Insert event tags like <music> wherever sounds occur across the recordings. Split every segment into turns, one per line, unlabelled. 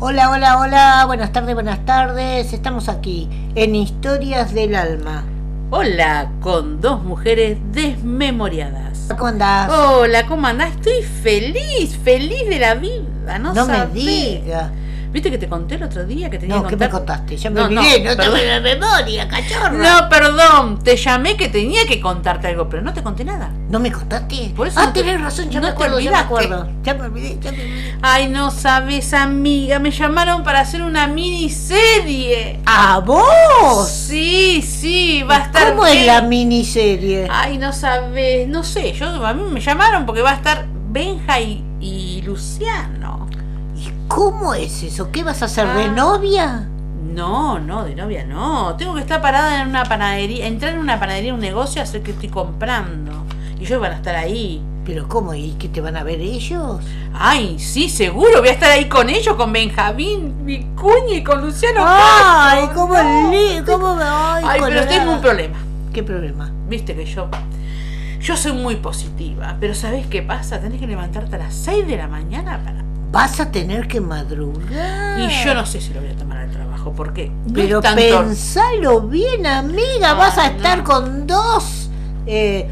Hola, hola, hola, buenas tardes, buenas tardes. Estamos aquí en Historias del Alma.
Hola, con dos mujeres desmemoriadas.
¿Cómo andás?
Hola, ¿cómo andás? Estoy feliz, feliz de la vida, no,
no me
sabés.
digas.
¿Viste que te conté el otro día que tenía
No,
que
¿qué me
contar?
contaste? Ya me
No, no,
olvidé, no,
perdón.
tengo la memoria, cachorro. No,
No, perdón, te llamé que tenía que contarte algo, pero no te conté nada.
me contaste.
Por eso
ah,
no te-
tenés razón, ya
no
me
te
acuerdo, ya me
olvidaste.
acuerdo. Ya me olvidé, ya me olvidé.
Ay, no sabes, amiga, me llamaron para hacer una miniserie.
¿A vos?
Sí, sí, va a estar
¿Cómo es
bien.
la miniserie?
Ay, no sabes, no sé, yo a mí me llamaron porque va a estar Benja y, y Luciano.
¿Y cómo es eso? ¿Qué vas a hacer de
Ah.
novia?
No, no, de novia no. Tengo que estar parada en una panadería, entrar en una panadería, un negocio, hacer que estoy comprando. Y ellos van a estar ahí.
¿Pero cómo? ¿Y qué te van a ver ellos?
Ay, sí, seguro, voy a estar ahí con ellos, con Benjamín, Vicuña y con Luciano.
¡Ay,
Castro.
cómo
No.
li- cómo me Ay,
Ay, pero
colorada.
tengo un problema.
¿Qué problema?
Viste que yo. Yo soy muy positiva, pero ¿sabés qué pasa? Tenés que levantarte a las 6 de la mañana para.
Vas a tener que madrugar.
Y yo no sé si lo voy a tomar al trabajo, porque no
Ah. Pero
es tanto-
pensalo bien, amiga.
Ah,
Vas a
no.
estar con dos eh,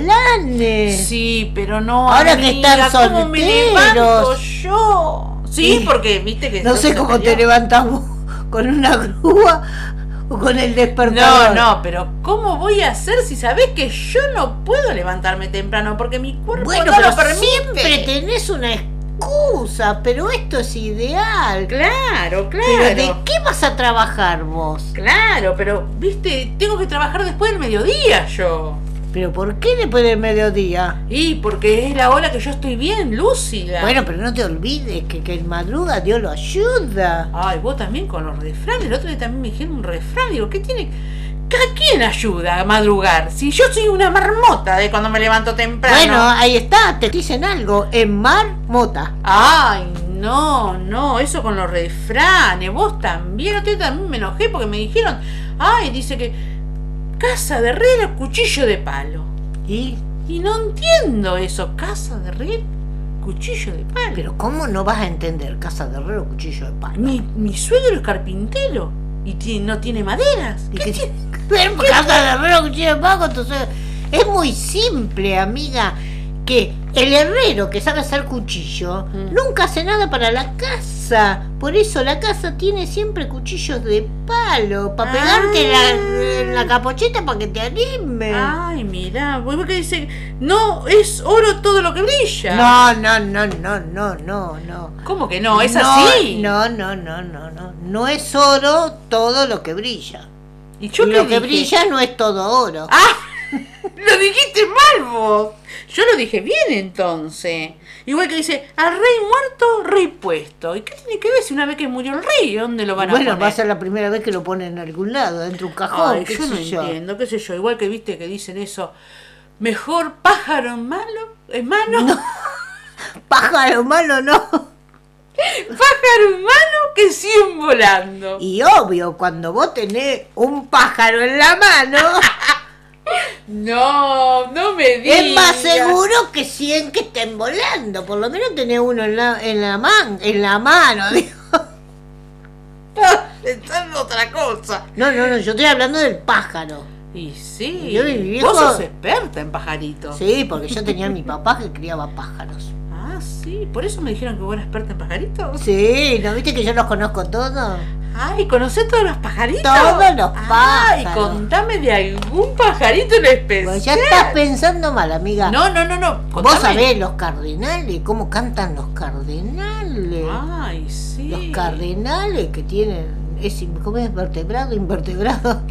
galanes.
Sí, pero no.
Ahora que
amiga,
están
¿cómo me levanto
solteros?
yo? Sí,
Y-
porque viste que.
no sé
soy
cómo te
superior.
levantamos con una grúa o con el
No,
despertador.
no, pero ¿cómo voy a hacer si sabés que yo no puedo levantarme temprano? Porque mi cuerpo
Bueno,
no
pero
lo permite.
siempre tenés una excusa, pero esto es ideal.
Claro,
Pero
claro.
¿de qué vas a trabajar vos?
Claro, pero viste, tengo que trabajar después del mediodía yo.
¿Pero por qué después del mediodía?
Y porque es la hora que yo estoy bien, lúcida.
Bueno, pero no te olvides que, que el madruga Dios lo ayuda.
Ay, vos también con los refranes. El otro día también me dijeron un refrán. Digo, ¿qué tiene? ¿A quién ayuda a madrugar? Si yo soy una marmota de cuando me levanto temprano.
Bueno, ahí está, te dicen algo, en mar mota.
Ay, no, no, eso con los refranes. Vos también. El otro día también me enojé porque me dijeron, ay, dice que casa de herrero, cuchillo de palo.
¿Y?
Y no entiendo eso. Casa de herrero, cuchillo de palo.
Pero ¿cómo no vas a entender casa de herrero, cuchillo de palo?
mi, mi suegro es carpintero y tiene- no tiene maderas.
¿Y qué tiene <laughs> que ver casa de herrero, cuchillo de palo? con tu suegro? Es muy simple, amiga, que el herrero que sabe hacer cuchillo
Mm.
nunca hace nada para la casa. Por eso la casa tiene siempre cuchillos de palo, para
Ah.
pegarte la, en la capocheta para que te anime.
Ay, mira, vos que dice, no, es oro todo lo que brilla.
No, no, no, no, no, no, no.
¿Cómo que no? ¿Es así?
No, no, no, no, no. No es oro todo lo que brilla.
¿Y yo qué
lo que
dije?
brilla no es todo oro.
¡Ah! <laughs> Lo dijiste mal vos. Yo lo dije bien entonces. Igual que dice, al rey muerto, rey puesto. ¿Y qué tiene que ver si una vez que murió el rey, dónde lo van a
bueno,
poner?
va a ser la primera vez que lo ponen en algún lado, dentro de un cajón,
Ay,
qué
yo no
sé yo.
entiendo, qué sé yo. Igual que viste que dicen eso, mejor pájaro en malo, en mano,
Pájaro malo no.
<laughs> pájaro en mano que 100 volando.
Y obvio, cuando vos tenés un pájaro en la mano,
<laughs> No, no me digas.
es más
<laughs>
seguro que 100 que estén volando. Por lo menos tenés uno en la, en la, man, en la mano. <laughs> digo.
Pensando otra cosa.
No, no, no, yo estoy hablando del pájaro.
Y sí.
Yo viví
Vos
con-
sos experta en pajaritos.
Sí, porque yo tenía a mi papá que criaba pájaros.
Ah, sí. Por eso me dijeron que vos eras experta en pajaritos.
Sí, ¿no viste que yo los conozco todos?
Ay, ¿conocés todos los pajaritos?
Todos los
Ay,
pájaros.
contame de algún pajarito en especial.
Pues ya estás pensando mal, amiga.
No, no, no, no. Contame.
Vos sabés los cardenales, cómo cantan los cardenales.
Ay, Ah, sí.
Los cardenales que tienen, es, in- ¿cómo es? Vertebrado, invertebrado.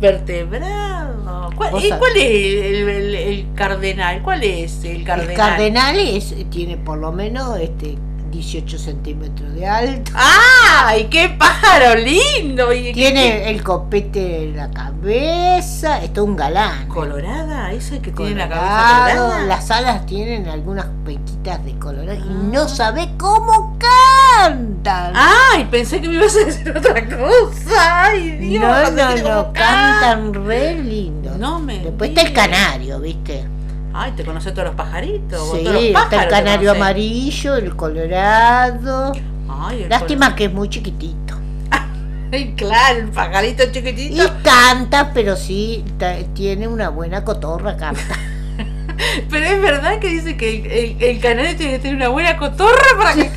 Vertebrado. ¿Cuál,
Vos
eh,
sabés.
cuál es el, el- el cardenal? ¿Cuál es el cardenal?
El cardenal es, tiene por lo menos este 18 centímetros de alto.
¡Ay, qué pájaro lindo! Y qué-
Tiene el copete en la cabeza, es todo un galán.
colorada, esa que tiene la cabeza
colorado,
colorada.
las alas tienen algunas pequitas de colorado y
Ah.
no sabe cómo cantan.
Ay, pensé que me ibas a decir otra cosa. Ay, Dios.
no,
cuando
no,
tiene
no,
como cara.
cantan re lindo.
No me.
Después está el
digas.
canario, ¿viste?
Ay, te conoces todos los pajaritos. vos
sí,
todos los
está
pájaros
el canario
conocés.
amarillo, el colorado.
Ay, el
Lástima que es muy chiquitito.
color- Ay, claro, el pajarito
Y
chiquitito.
canta, pero sí ta- tiene una buena cotorra,
<laughs>
canta.
Pero es verdad que dice que el, el, el canario tiene que tener una buena cotorra para que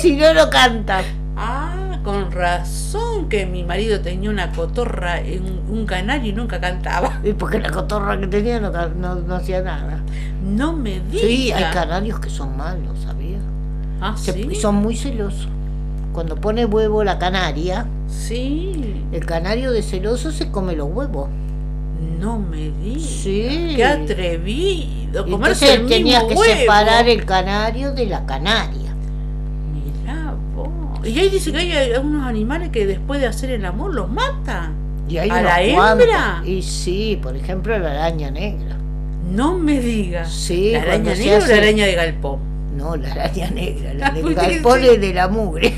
si no, no canta.
Ah, con razón que mi marido tenía una cotorra en un canario y nunca cantaba.
Y porque la cotorra que tenía no, ca- no- no hacía nada.
No me digas.
Sí, hay canarios que son malos, ¿sabías?
Ah,
Se-
sí.
Son muy celosos. Cuando pone huevo la canaria,
Sí.
el canario de celoso se come los huevos.
No me digas.
Sí.
Qué atrevido. Comerse
Entonces
el
tenías
mismo
que
huevo.
separar el canario de la canaria.
Mirá vos. Y ahí dice que hay algunos animales que después de hacer el amor los mata.
Y hay
¿A
unos
la
cuantos.
hembra?
Y sí, por ejemplo, la araña negra.
No me digas.
Sí,
¿La
cuando
araña
se
negra o la
hace-
araña de galpón?
No, la araña negra,
<laughs>
la del
Porque
galpón
sí.
y de la
<laughs>
mugre.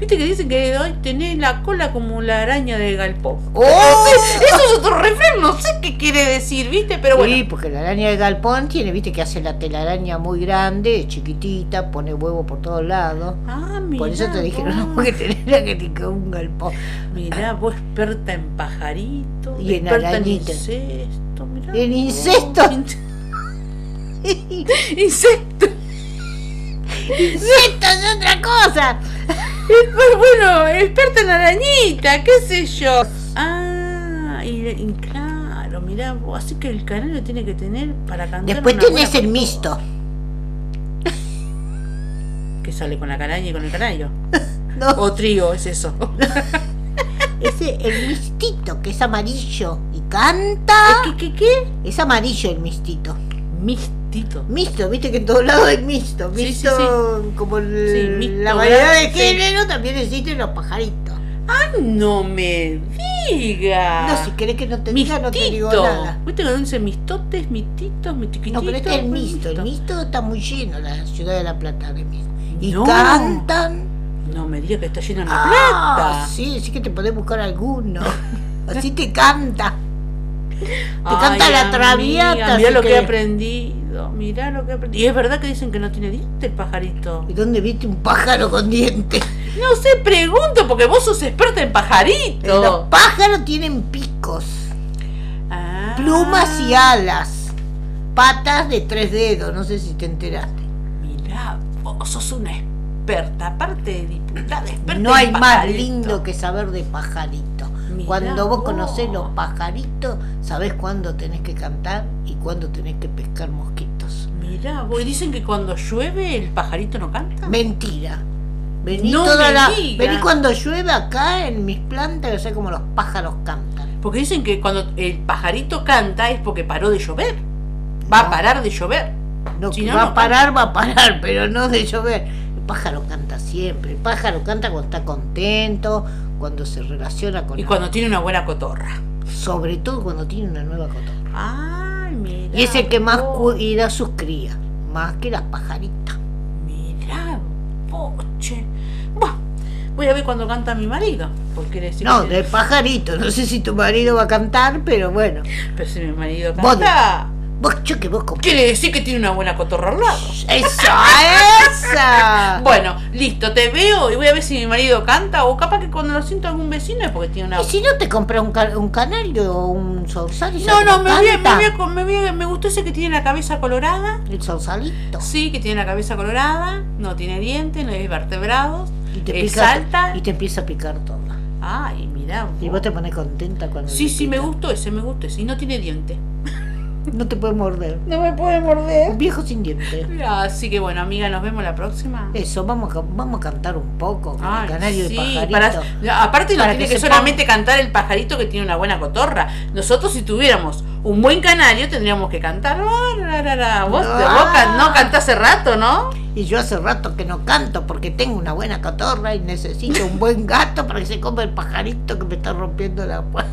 Viste que dicen que hoy tenés la cola como la araña de galpón.
<laughs> ¡Oh!
Eso es otro refrán, no sé qué quiere decir, ¿viste? Pero bueno.
Sí, porque la araña del galpón tiene, viste, que hace la telaraña muy grande, chiquitita, pone huevo por todos lados.
Ah,
Por eso
mirá
te dijeron no,
vos.
porque tenía que tener un galpón.
Mirá, vos experta en pajaritos,
Ah. Y en
experta en
arañita.
incesto, mirá.
En
vos.
incesto.
<laughs> Incesto.
<laughs> ¡Esto es otra cosa!
Pues <laughs> bueno, experta en arañita, qué sé yo. Ah, y, y claro, mirá, vos, así que el canario tiene que tener para cantar.
Después
una
tienes
buena-
el mixto.
Que sale con la caraña y con el canario.
<laughs> No,
O trío, es eso.
ese, el mistito, que es amarillo y canta.
¿Qué, qué, qué?
Es amarillo el mistito.
Mistito.
Mixto, viste que en todos lados hay mixto.
Sí, sí,
Mixto, como el-
Sí, mixto,
la variedad de
sí.
género, también existen los pajaritos.
No me diga.
No, si querés que no te diga, no te digo
Ah. Mistito.
nada.
¿Viste cuando dicen mistotes, mistitos,
No,
mitiquititos?
pero este es el
pues,
mixto. El mixto está muy lleno, la ciudad de La Plata de mixto. Y
No.
cantan.
No me diga que está lleno de
Ah,
plata.
sí, sí que te podés buscar alguno. Así te canta.
Ay,
canta la
amiga,
Traviata,
Mirá
así
lo que...
que-
he aprendido. Mirá lo que he aprendido. Y es verdad que dicen que no tiene dientes el pajarito.
¿Y dónde viste un pájaro con dientes?
No sé, pregunto, porque vos sos experta
Los
en pajarito.
pájaros tienen picos,
Ah.
plumas y alas, patas de tres dedos, no sé si te enteraste.
Mirá, vos sos una experta, aparte de diputada, experta
No hay
en
más
pajarito.
lindo que saber de pajaritos.
Mirá
Cuando vos
vos.
conocés los pajaritos, sabés cuándo tenés que cantar y cuándo tenés que pescar mosquitos.
Mirá, vos y dicen que cuando llueve el pajarito no canta.
Mentira. Vení,
No
toda
me
la-
digas.
vení cuando llueve acá en mis plantas, yo sé cómo los pájaros cantan.
Porque dicen que cuando el pajarito canta es porque paró de llover. Va a
No.
parar de llover.
No,
Si
que
no,
va
no ah.
a parar, va a parar, <laughs> pero no de llover. El pájaro canta siempre. El pájaro canta cuando está contento, cuando se relaciona con
Y cuando tiene una buena cotorra.
Sobre todo cuando tiene una nueva cotorra.
Ay, mirá.
Y es el que más
vos.
cuida a sus crías, más que las pajaritas.
Mirá, poche. Buah, voy a ver cuando canta mi marido. Porque decir
No, de pajarito. No sé si tu marido va a cantar, pero bueno.
Pero si mi marido
Vos de-
canta.
Vos, yo que vos
<laughs>
comp-
Quiere decir que tiene una buena cotorra al lado.
¡Esa, esa!
Bueno, listo, te veo y voy a ver si mi marido canta o capaz que cuando lo siento algún vecino es porque tiene una
Y si no te compras un, ca- un canario o un sausalito.
No, no, me voy, a- me, voy a- me, voy a- me gustó ese que tiene la cabeza colorada.
El sausalito.
Sí, que tiene la cabeza colorada, no tiene dientes, no es vertebrados.
Y te,
Eh,
pica,
salta.
y te empieza a picar toda.
Ay, mirá. vos.
Y vos te pones contenta cuando.
Sí,
le
sí, me
pica.
gustó ese, me gustó ese. Y no tiene dientes.
No te puede morder.
No me puede morder.
Un viejo sin dientes.
Así que bueno, amiga, nos vemos la próxima.
Eso, vamos a, ca- vamos a cantar un poco con
Ay,
el canario
sí,
y pajarito.
para- ya, aparte no
Para
tiene
que
que,
se
solamente cantar el pajarito que tiene una buena cotorra. Nosotros si tuviéramos un buen canario tendríamos que cantar. "Ah, la, la, la". Vos,
No.
te- vos can- no cantás hace rato, ¿no?
Y yo hace rato que no canto porque tengo una buena cotorra y necesito un buen gato para que se coma el pajarito que me está rompiendo la puerta.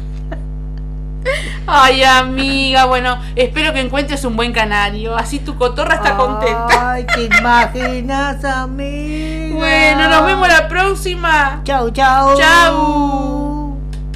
Ay, amiga, bueno, espero que encuentres un buen canario, así tu cotorra está contenta.
Ay, te imaginas a mí.
Bueno, nos vemos la próxima.
Chau, chau.
Chau.